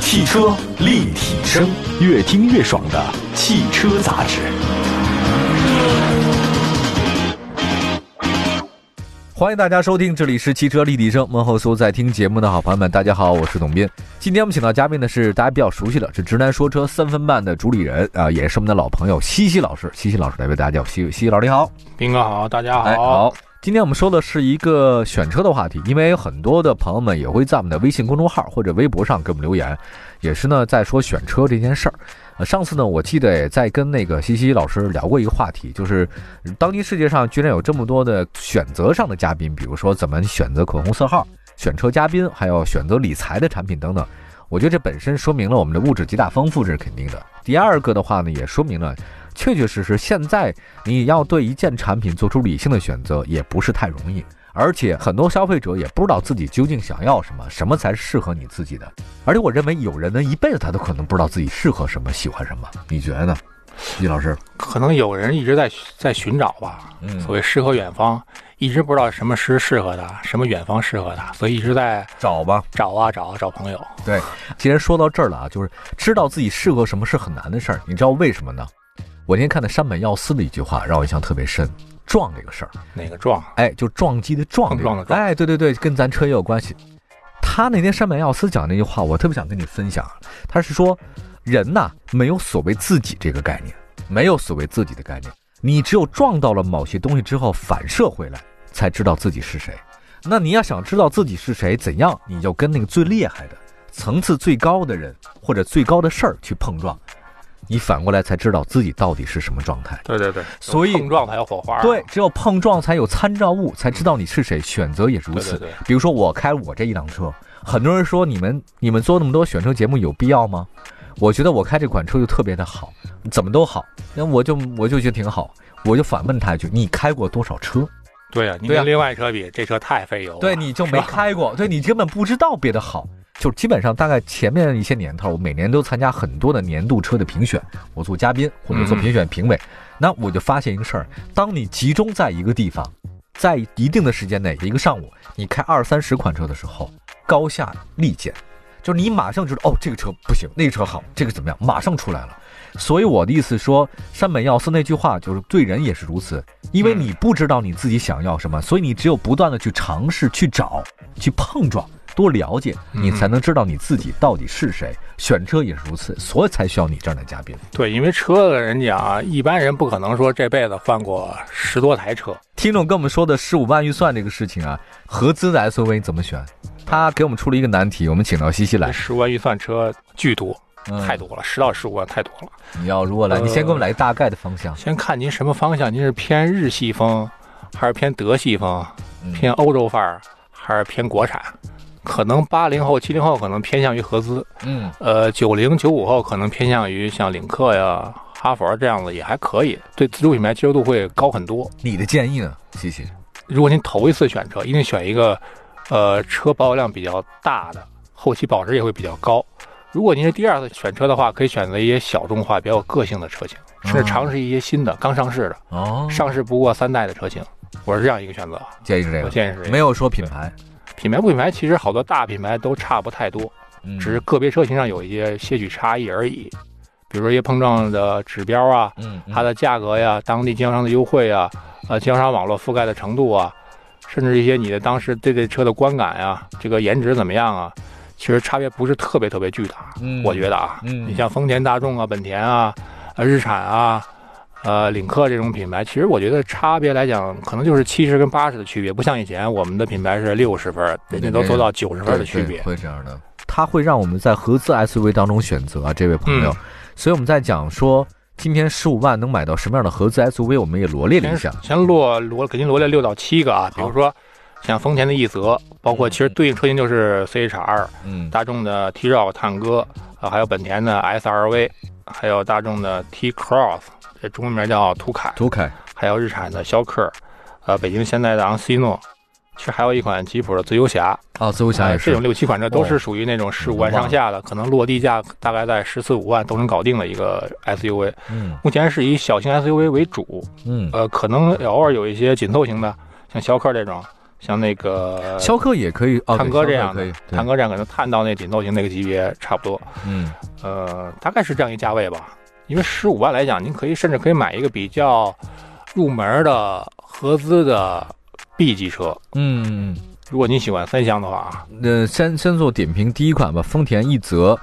汽车立体声，越听越爽的汽车杂志。欢迎大家收听，这里是汽车立体声。幕后所有在听节目的好朋友们，大家好，我是董斌。今天我们请到嘉宾呢是大家比较熟悉的，是直男说车三分半的主理人啊、也是我们的老朋友西西老师。西西老师来为大家叫西西西老师，你好。斌哥好，大家好。哎，好，今天我们说的是一个选车的话题，因为有很多的朋友们也会在我们的微信公众号或者微博上给我们留言，也是呢在说选车这件事儿。呃，上次呢，我记得也在跟那个西西老师聊过一个话题，就是当今世界上居然有这么多的选择上的嘉宾，比如说怎么选择口红色号、选车嘉宾，还有选择理财的产品等等。我觉得这本身说明了我们的物质极大丰富，这是肯定的。第二个的话呢，也说明了确确实实现在你要对一件产品做出理性的选择，也不是太容易。而且很多消费者也不知道自己究竟想要什么，什么才是适合你自己的。而且我认为有人呢一辈子他都可能不知道自己适合什么、喜欢什么。你觉得呢，易老师？可能有人一直在在寻找吧，嗯所谓诗和远方，一直不知道什么诗适合他，什么远方适合他，所以一直在找吧。找啊找啊找朋友。既然说到这儿了啊，就是知道自己适合什么是很难的事儿，你知道为什么呢？我今天看的山本耀司的一句话让我印象特别深，撞这个事儿。哪个撞？哎，就撞击的撞、这个，碰撞的撞哎，对对对，跟咱车也有关系。他那天山本耀司讲那句话，我特别想跟你分享。他是说，人呐、没有所谓自己这个概念，没有所谓自己的概念，你只有撞到了某些东西之后反射回来，才知道自己是谁。那你要想知道自己是谁，怎样，你就跟那个最厉害的、层次最高的人或者最高的事儿去碰撞，你反过来才知道自己到底是什么状态。对对对，所以碰撞才有火花。对，，只有碰撞才有参照物，才知道你是谁，选择也如对此。对对，比如说我开我这一辆车，很多人说你们你们做那么多选车节目有必要吗？我觉得我开这款车就特别的好，怎么都好，那我就我就觉得挺好。我就反问他一句：你开过多少车？对啊，你对啊跟另外车比，这车太费油了。对，你就 没开过，对你根本不知道别的好。就基本上大概前面一些年头，我每年都参加很多的年度车的评选，我做嘉宾或者做评选评委。那我就发现一个事儿：当你集中在一个地方，在一定的时间内，一个上午，你开二三十款车的时候，高下立见。就是你马上知道哦，这个车不行，那个车好，这个怎么样，马上出来了。所以我的意思说，山本耀司那句话就是对人也是如此，因为嗯你不知道你自己想要什么，所以你只有不断的去尝试、去找、去碰撞。多了解，嗯你才能知道你自己到底是谁。选车也是如此，所以才需要你这样的嘉宾。对，因为车的人讲啊，一般人不可能说这辈子换过十多台车。听众跟我们说的十五万预算这个事情啊，合资的 SUV 你怎么选？他给我们出了一个难题，我们请到西西来。嗯十万预算车巨多，太多。多呃了，十到十五万太多了。嗯你要如果来，你先给我们来个大概的方向。先看您什么方向，您是偏日系风，还是偏德系风，偏欧洲范儿，还是偏国产？可能八零后、七零后可能偏向于合资，嗯，呃，九零、九五后可能偏向于像领克呀、哈佛这样子也还可以，对自主品牌接受度会高很多。你的建议呢，西西？如果您头一次选车，一定选一个，呃，车保有量比较大的，后期保值也会比较高。如果您是第二次选车的话，可以选择一些小众化、比较有个性的车型，甚至尝试一些新的、刚上市的。哦上市不过三代的车型，我是这样一个选择。建议是这我个，建议是这没样有说品牌，品牌不品牌，其实好多大品牌都差不太多，嗯只是个别车型上有一些些许差异而已。比如说一些碰撞的指标啊，嗯，嗯它的价格呀，当地经销商的优惠啊，呃，经销商网络覆盖的程度啊，甚至一些你的当时对这车的观感呀，这个颜值怎么样啊，其实差别不是特别特别巨大。嗯我觉得啊，嗯你像丰田、大众啊、本田啊、呃日产啊、呃领克这种品牌，其实我觉得差别来讲，可能就是七十跟八十的区别，不像以前我们的品牌是六十分，人家都做到九十分的对区对别。会这样的，它会让我们在合资 SUV 当中选择啊，这位朋友。所以我们在讲说，今天十五万能买到什么样的合资 SUV，我们也罗列了一先下。先罗罗给您罗列六到七个啊，比如说像丰田的奕泽，包括其实对应车型就是 CHR、嗯，大众的 T r o 探戈，啊，还有本田的 SRV，还有大众的 T Cross，这中文名叫途凯，途凯，还有日产的逍客，呃，北京现代的昂斯诺，其实还有一款吉普的自由侠，啊，自由侠呃也这是种。六七款车都哦是属于那种十五万上下的，可能落地价大概在十四五万都能搞定的一个 SUV。嗯目前是以小型 SUV 为主，呃嗯呃，可能偶尔有一些紧凑型的，像逍客这种，像那个逍客也可以，哦，对探戈这逍样客可以的，，对探，戈这样可能探到那顶造型那个级别差不多，嗯呃，大概是这样一价位吧。因为十五万来讲，您可以甚至可以买一个比较入门的合资的 B 级车。嗯，如果您喜欢三厢的话啊，呃，先先做点评，第一款吧，丰田奕泽，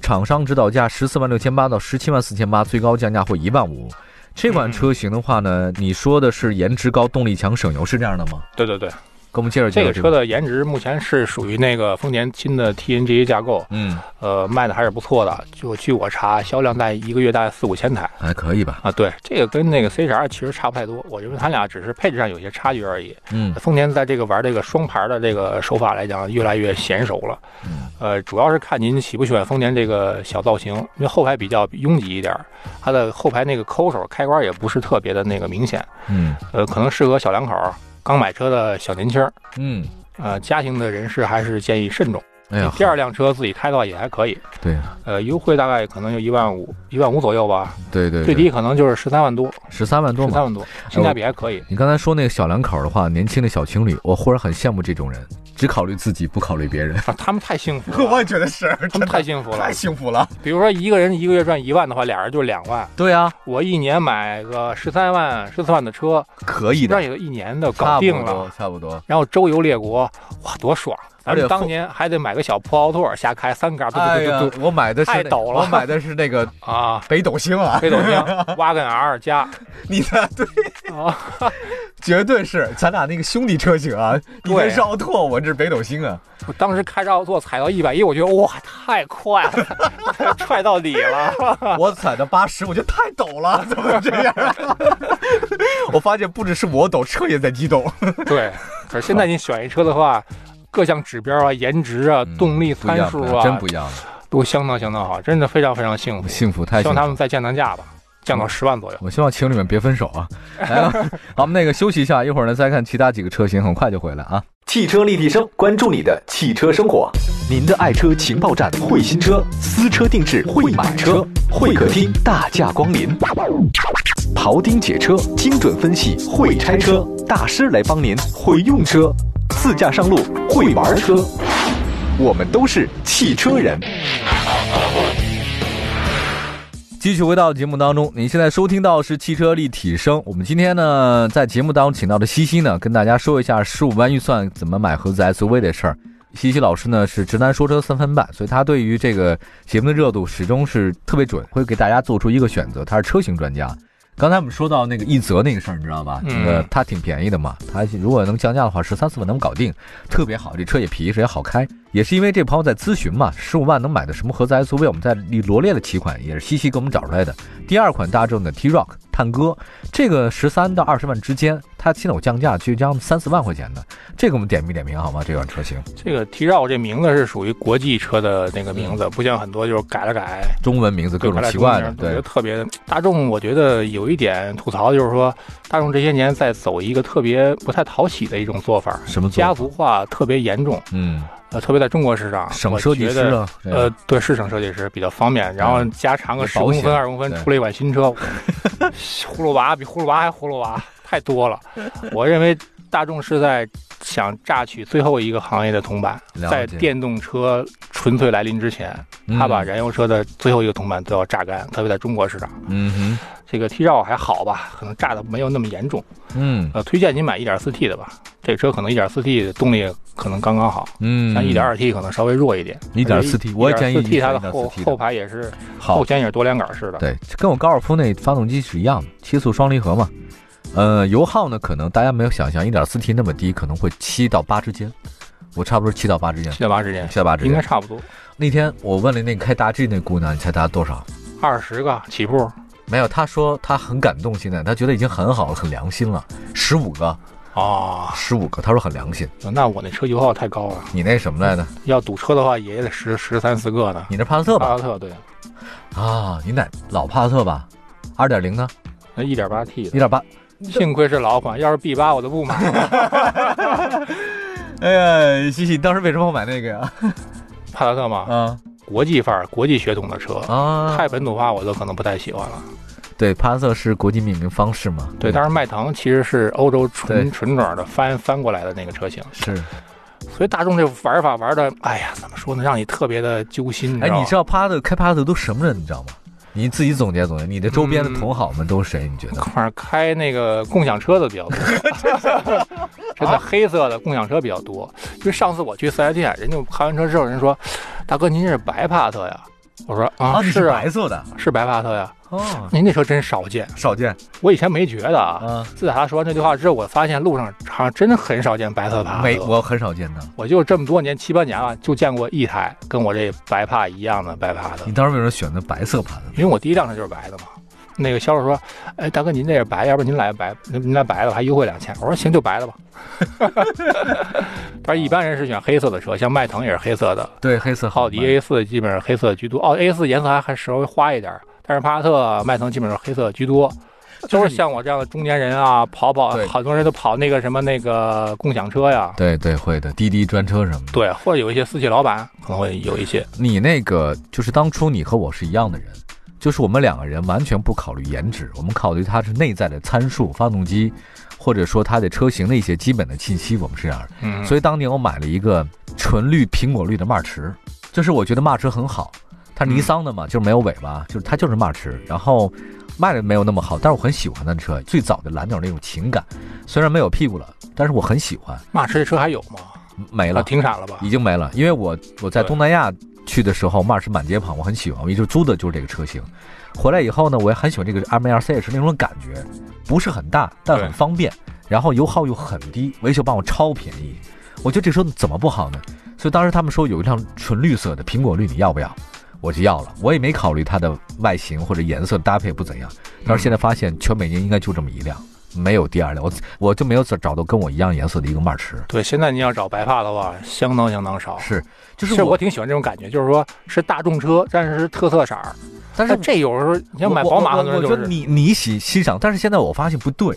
厂商指导价十四万六千八到十七万四千八，最高降价会一万五。这款嗯车型的话呢，你说的是颜值高、动力强、省油，是这样的吗？对对对，给我们介绍介这绍个这车的颜值目前是属于那个丰田新的 TNGA 架构，嗯，呃，卖的还是不错的。就据我查，销量在一个月大概四五千台还可以吧？啊。对，这个跟那个 C 叉其实差不太多，我认为它俩只是配置上有些差距而已。嗯呃丰田在这个玩这个双排的这个手法来讲，越来越娴熟了。嗯呃，主要是看您喜不喜欢丰田这个小造型，因为后排比较拥挤一点儿，它的后排那个抠手开关也不是特别的那个明显，嗯呃，可能适合小两口儿刚买车的小年轻儿，嗯，呃，家庭的人士还是建议慎重。哎呀，第二辆车自己开的话也还可以，对呃，优惠大概可能有一万五，一万五左右吧，对对，最低可能就是十三万多，十三万多十嘛三。万多，性价比还可以。你刚才说那个小两口的话，年轻的小情侣，我忽然很羡慕这种人，只考虑自己，不考虑 别人。啊，他们太幸福 了，也觉得是，他们太幸福了。幸福了。比如说一个人一个月赚一万的话，俩人就是两万。对啊，我一年买个十三万、十四万的车，可以让的，也一年的差搞不定多，了，差不多。然后周游列国，哇，多爽！咱而且们丰当年还得买个小破奥拓瞎开，三杆嘟哎呀嘟嘟嘟，我买的是那太陡了我买的是那个嘟啊，北斗星 啊，黑斗 星、挖根 R 加你的对，啊， 绝对是咱俩那个兄弟车型啊，你对这是奥拓，我这是北斗星 啊。我当时开着奥拓踩到一百一，我觉得哇，太快了，踹到 底了。我踩到八十，我觉得太陡 了，怎么这样、我发现不只是我抖，车也在激动。对，可是现在你选一车的话。各项指标啊，颜值啊，动力参数嗯不一样不一样真啊不，一样，都相当相当好，真的非常非常幸福。幸福太希幸望福他了。们再降降价吧，嗯降到十万左右。我希望情侣们别分手啊！来吧，好，我们那个休息一下，一会儿呢再看其他几个车型，很快就回来啊。汽车立体声，关注你的汽车生活，您的爱车情报站，会新车，私车定制，会买车，会客厅大驾光临，庖丁解车，精准分析，会拆车，大师来帮您，会用车，自驾上路，会玩车，我们都是汽车人。继续回到节目当中，您现在收听到是汽车立体声。我们今天呢，在节目当中请到的西西呢，跟大家说一下十五万预算怎么买合资 SUV 的事儿。西西老师呢是直男说车三分半，所以他对于这个节目的热度始终是特别准，会给大家做出一个选择。他是车型专家。刚才我们说到那个奕泽那个事儿，你知道吧？嗯这个它挺便宜的嘛，它如果能降价的话，十三四万能搞定，特别好。这车也皮实，也好开。也是因为这朋友在咨询嘛，十五万能买的什么合资 SUV，我们在里罗列了几款，也是西西给我们找出来的。第二款大众的 T-Roc 探戈，这个十三到二十万之间，它现在有降价，就将三四万块钱的，这个我们点评点评好吗？这款车型，这个 T 绕这名字是属于国际车的那个名字，不像很多就是改了改，中文名字嗯各种改了奇怪的，改我觉对，得特别。大众我觉得有一点吐槽就是说，大众这些年在走一个特别不太讨喜的一种做法，什么做家族化特别严重，嗯，呃，特别在中国市场，省我设计觉师得。啊，这呃个，对，是省设计师比较方便，然后加长个也十保公险分、二公分，对出了一款 新车，葫芦娃比葫芦娃还葫芦娃，太多了。我认为大众是在想榨取最后一个行业的铜板，了在解嗯电动车纯粹来临之前，他把燃油车的最后一个铜板都要榨干，特别在中国市场。嗯这个 T 绕还好吧，可能榨的没有那么严重。哼，嗯呃，推荐您买 1.4T 的吧，这车可能 1.4T 的动力可能刚刚好，嗯，像 1.2T 可能稍微弱一点。一点四 T，我也建议 1.4T 它一的点后四 T 后排也是好后，悬也是多连杆式的。对，跟我高尔夫那发动机是一样的，七速双离合嘛。呃，油耗呢，可能大家没有想象，一点四 T 那么低，可能会七到八之间。我差不多七到八之间，七到八之间，七到八之应该间。差不多，那天我问了那个开大 G 那姑娘，你猜她多少？二十个起步。没有，她说她很感动，现在她觉得已经很好了，很良心了，十五个，哦，十五个，她说很良心。那我那车油耗太高了，你那什么来着？要堵车的话也得十十三四个呢。你那帕萨特吧？帕萨特对，啊，你哪老帕萨特吧？二点零呢？那一点八 T 一的，点八，幸亏是老款，要是 B 八我都不买了。哎呀，西西，当时为什么我买那个呀？帕萨特嘛，啊国际范儿、国际血统的车，啊，太本土化我都可能不太喜欢了。对，帕萨特是国际命名方式嘛？对，当然迈腾其实是欧洲纯嗯对纯种的翻翻过来的那个车型，是。所以大众这玩法玩的，哎呀，怎么说呢，让你特别的揪心。哎，你知知道帕萨特开帕萨特都什么人，你知道吗？你自己总结总结，你的周边的嗯同好们都是谁？你觉得？反正开那个共享车的比较多，真的黑色的共享车比较多。因为上次我去四 S 店，人家开完车之后，人说：“大哥，您这是白帕萨特呀？”我说：“啊，哦你是啊，白色的是白帕萨特呀。嗯哦，您这车真少见，少见我以前没觉得啊。啊，自打他说完这句话之后，我发现路上好像真的很少见白色的帕萨特。没，啊我很少见到。我就这么多年七八年了，就见过一台跟我这白帕一样的白帕萨特你。当时为什么选择白色帕萨特？因为我第一辆车就是白的嘛。那个销售说：“哎，大哥，您这是白，要不然您来白，您您来白的，我还优惠两千。”我说：“行，就白的吧。” 但是一般人是选黑色的车，像迈腾也是黑色的，对，黑色好奥卖。迪 A 4基本上是黑色居多。奥哦 A 4颜色还还稍微花一点儿，但是帕萨特、迈腾基本上是黑色居多。都是像我这样的中年人啊，跑跑对，好多人都跑那个什么那个共享车呀，对对会的，滴滴专车什么的。对，或者有一些私企老板可能会有一些，你那个就是当初你和我是一样的人，就是我们两个人完全不考虑颜值，我们考虑它是内在的参数，发动机，或者说它的车型的一些基本的信息，我们是这样的。嗯，所以以当年我买了一个纯绿苹果绿的迈驰，就是我觉得迈驰很好，它是尼桑的嘛，就是没有尾巴，就是它就是迈驰，然后卖的没有那么好，但是我很喜欢那车，最早的蓝鸟那种情感，虽然没有屁股了，但是我很喜欢，马驰这车还有吗？没啊，了，停产了吧？已经没了，因为我我在对东南亚去的时候，迈驰满街跑，我很喜欢，我一直租的就是这个车型。回来以后呢，我也很喜欢这个 M L C H 那种感觉，不是很大，但很对方便，然后油耗又很低，维修帮我超便宜。我觉得这车怎么不好呢？所以当时他们说有一辆纯绿色的苹果绿，你要不要？我就要了，我也没考虑它的外形或者颜色搭配不怎样。但是现在嗯发现全北京应该就这么一辆，没有第二辆，我我就没有找到跟我一样颜色的一个迈驰。对，现在你要找白帕的话，相当相当少。是，就其是实哦我挺喜欢这种感觉，就是说是大众车，但是是特色色儿。但是但这有时候你要买我宝马，我很多我人我觉就得是你你喜欣赏，但是现在我发现不对，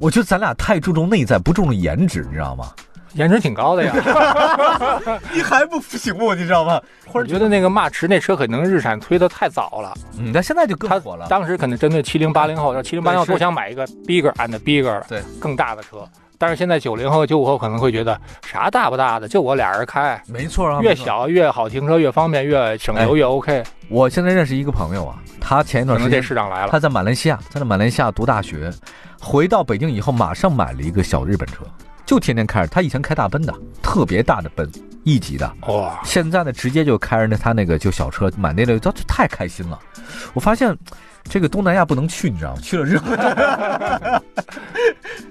我觉得咱俩太注重内在，不注重颜值，你知道吗？颜值挺高 的呀。你还不服行我，你知道吗？或我觉得那个骂驰那车可能日产推的太早了，嗯，但现在就更它火了。当时可能针对七零八零后，要七零八零后是都想买一个 bigger and bigger 对更大的车。但是现在九零后、九五后可能会觉得啥大不大的，就我俩人开，没错啊，越没错。哎小越好停车，越方便，越省油，越 OK。我现在认识一个朋友啊，他前一可段时能这间市长来了，他在马来西亚，在马来西亚读大学，回到北京以后，马上买了一个小日本车，就天天开着。他以前开大奔的，特别大的奔，一级的。哇，现在呢，直接就开着那他那个就小车买那个，他太开心了。我发现这个东南亚不能去，你知道吗？去了之后，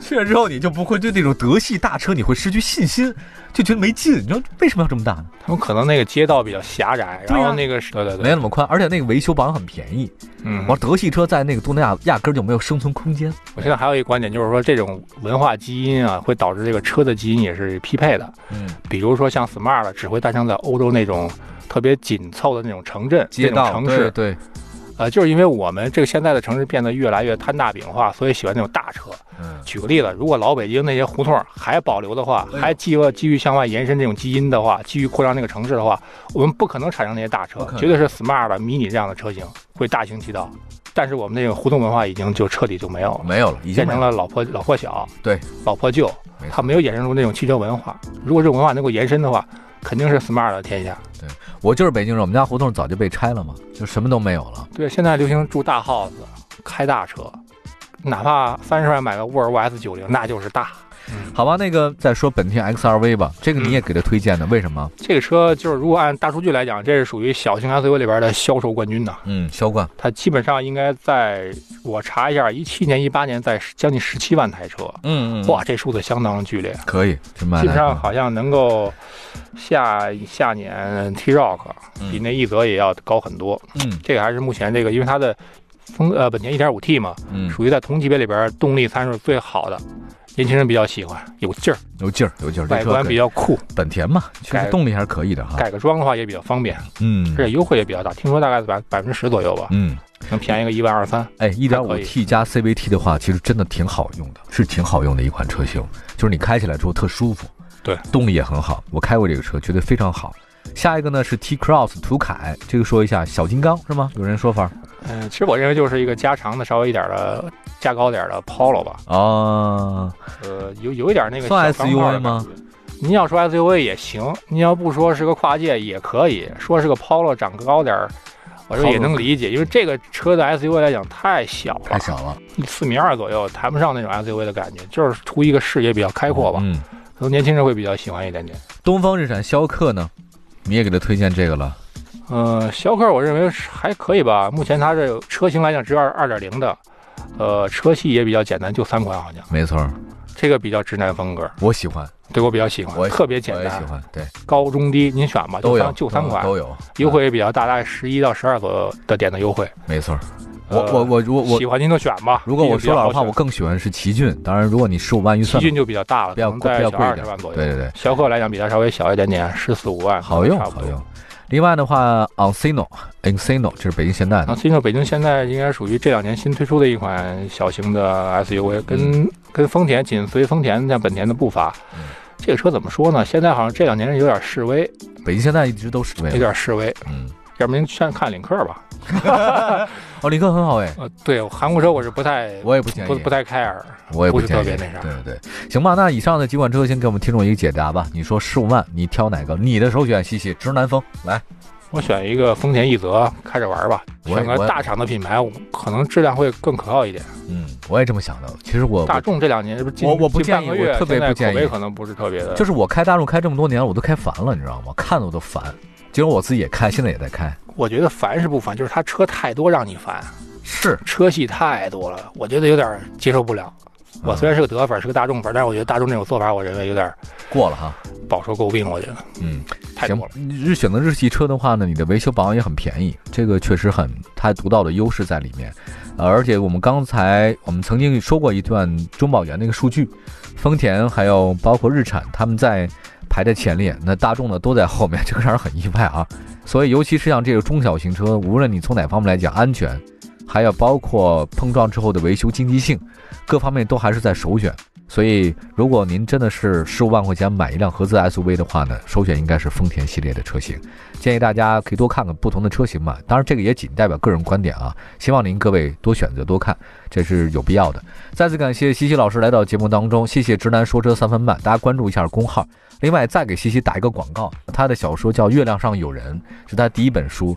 去了之后你就不会对这种德系大车你会失去信心，就觉得没劲。你说为什么要这么大呢？他们可能那个街道比较狭窄，对然呀后那个是对对没对，有那么宽，而且那个维修保养很便宜。嗯我说德系车在那个东南亚压根儿就没有生存空间。我现在还有一个观点，就是说这种文化基因啊，会导致这个车的基因也是匹配的。嗯，比如说像 Smart 只会诞生在欧洲那种特别紧凑的那种城镇、街那道种城市，对对，呃，就是因为我们这个现在的城市变得越来越摊大饼化，所以喜欢那种大车。嗯，举个例子，如果老北京那些胡同还保留的话哎，呦还继呃继续向外延伸这种基因的话，继续扩张这个城市的话，我们不可能产生那些大车不可，能绝对是 Smart、Mini 这样的车型会大行其道。但是我们那个胡同文化已经就彻底就没有了。没有了，已经嗯变没有成了老破老破小，对，老破旧没，错它没有衍生出那种汽车文化。如果这种文化能够延伸的话，肯定是 smart 的天下。我就是北京人，我们家胡同早就被拆了嘛，就什么都没有了。对，现在流行住大 house，开大车，哪怕三十万买个沃尔沃 S 九零，那就是大。好吧，那个再说本田 XRV 吧，这个嗯你也给他推荐的，为什么？这个车就是如果按大数据来讲，这是属于小型 SUV 里边的销售冠军呢。嗯，销冠。它基本上应该在我查一下，一七年、一八年在将近十七万台车，嗯哇，，这数字相当剧烈。可以，这买基来本上好像能够下下年 T Rock 嗯比那一泽也要高很多。嗯这个还是目前这个，因为它的风呃本田 1.5T 嘛，嗯，属于在同级别里边动力参数最好的，年轻人比较喜欢，有劲儿，有劲儿，有劲儿，这外车观可比以。啊较酷，本田嘛，确实改动力还是可以的哈。改个装的话也比较方便，嗯而且优惠也比较大，听说大概百百分之十左右吧，嗯，能便宜个一万二三。哎，一点五可以 T 加 CVT 的话，其实真的挺好用的，是挺好用的一款车型，就是你开起来之后特舒服，对，动力也很好。我开过这个车，觉得非常好。下一个呢是 T Cross 途凯，这个说一下小金刚是吗？有人说法嗯，其实我认为就是一个加长的稍微一点的加高点的 Polo 吧，啊，呃，有有一点那个算小钢炮的 SUV 吗感觉？您要说 SUV 也行，您要不说是个跨界也可以，说是个 Polo 长高点儿，我说也 Polo 能理解，因为这个车的 SUV 来讲太小太了，小了，四米二左右，谈不上那种 SUV 的感觉，就是图一个视野比较开阔吧，嗯，可能年轻人会比较喜欢一点点。东风日产逍客呢，你也给他推荐这个了，呃，逍客我认为是还可以吧，目前它这车型来讲只有二点零的，呃，车系也比较简单，就三款好像，没错儿，这个比较直男风格，我喜欢，对我比较喜我欢，也特别简我也喜单，欢，对，高中低您选啊吧，都就有，嗯三就三款，都有，优惠也比较大，大概十一到十二左右的点的优惠。嗯，没错儿，我呃我我我我喜，欢您就选吧。如果我说老实话，我毕更喜欢是奇骏，当然如果你十五万预竟比较好选算奇，骏就比较大了，比较可能贵在比较小贵一二十点万左右。对对对，逍客来讲比它稍微小一点点，十四五万，好用差不好多用。。另外的话，Oncino Oncino 这是北京现代然后，的，新手北京现在应该属于这两年新推出的一款小型的 SUV，跟、跟丰田紧随丰田像本田的步伐。嗯这个车怎么说呢？现在好像这两年是有点示威，北京现代一直都是有为，点示威。嗯，要不您先看领克吧？哦，领克很好哎，呃，对，韩国车我是不太我也不建不议不，太 care。我也不是建议，特别那啥对对对，行吧，那以上的几款车先给我们听众一个解答吧。你说十五万，你挑哪个？你的首选，西西，直男风来，我选一个丰田奕泽开着玩儿吧，我也选我个也大厂的品牌，我可能质量会更可靠一点。嗯，我也这么想的。其实我大众这两年不是近我我不近半建议个月我特别现在不建议口碑可能不是特别的，就是我开大众开这么多年了，我都开烦了，你知道吗？看的我都烦。其实我自己也开，现在也在开，我觉得烦是不烦，就是它车太多让你烦，是车系太多了，我觉得有点接受不了。我嗯虽然是个德粉，是个大众粉，但是我觉得大众这种做法，我认为有点过了哈。饱受诟病。我觉得嗯，太多行了。，日选择日系车的话呢，你的维修保养也很便宜，这个确实很它独到的优势在里面。呃而且我们刚才我们曾经说过一段中保研的一个数据，丰田还有包括日产他们在排在前列，那大众呢都在后面，这个让人很意外啊。 所以尤其是像这个中小型车，无论你从哪方面来讲，安全，还有包括碰撞之后的维修经济性，各方面都还是在首选。所以，如果您真的是十五万块钱买一辆合资 SUV 的话呢，首选应该是丰田系列的车型。建议大家可以多看看不同的车型嘛，当然这个也仅代表个人观点啊，希望您各位多选择多看，这是有必要的。再次感谢西西老师来到节目当中，谢谢直男说车三分半，大家关注一下公号。另外再给西西打一个广告，他的小说叫《月亮上有人》，是他第一本书，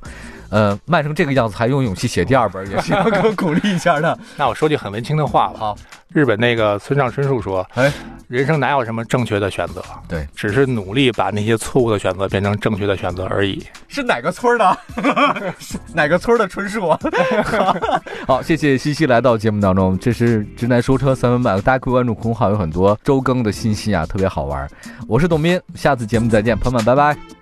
呃，卖成这个样子还有勇气写第二本，也希望给我 鼓励一下他。那我说句很文青的话吧，好，日本那个村上春树说：“哎，人生哪有什么正确的选择？对，只是努力把那些错误的选择变成正确的选择而已。”是哪个村儿的？ 是哪个村儿的纯啊是我。 好，谢谢西西来到节目当中，这是直男说车三分半，大家可以关注公号，有很多周更的信息啊，特别好玩儿。我是董斌，下次节目再见，朋友们，拜拜。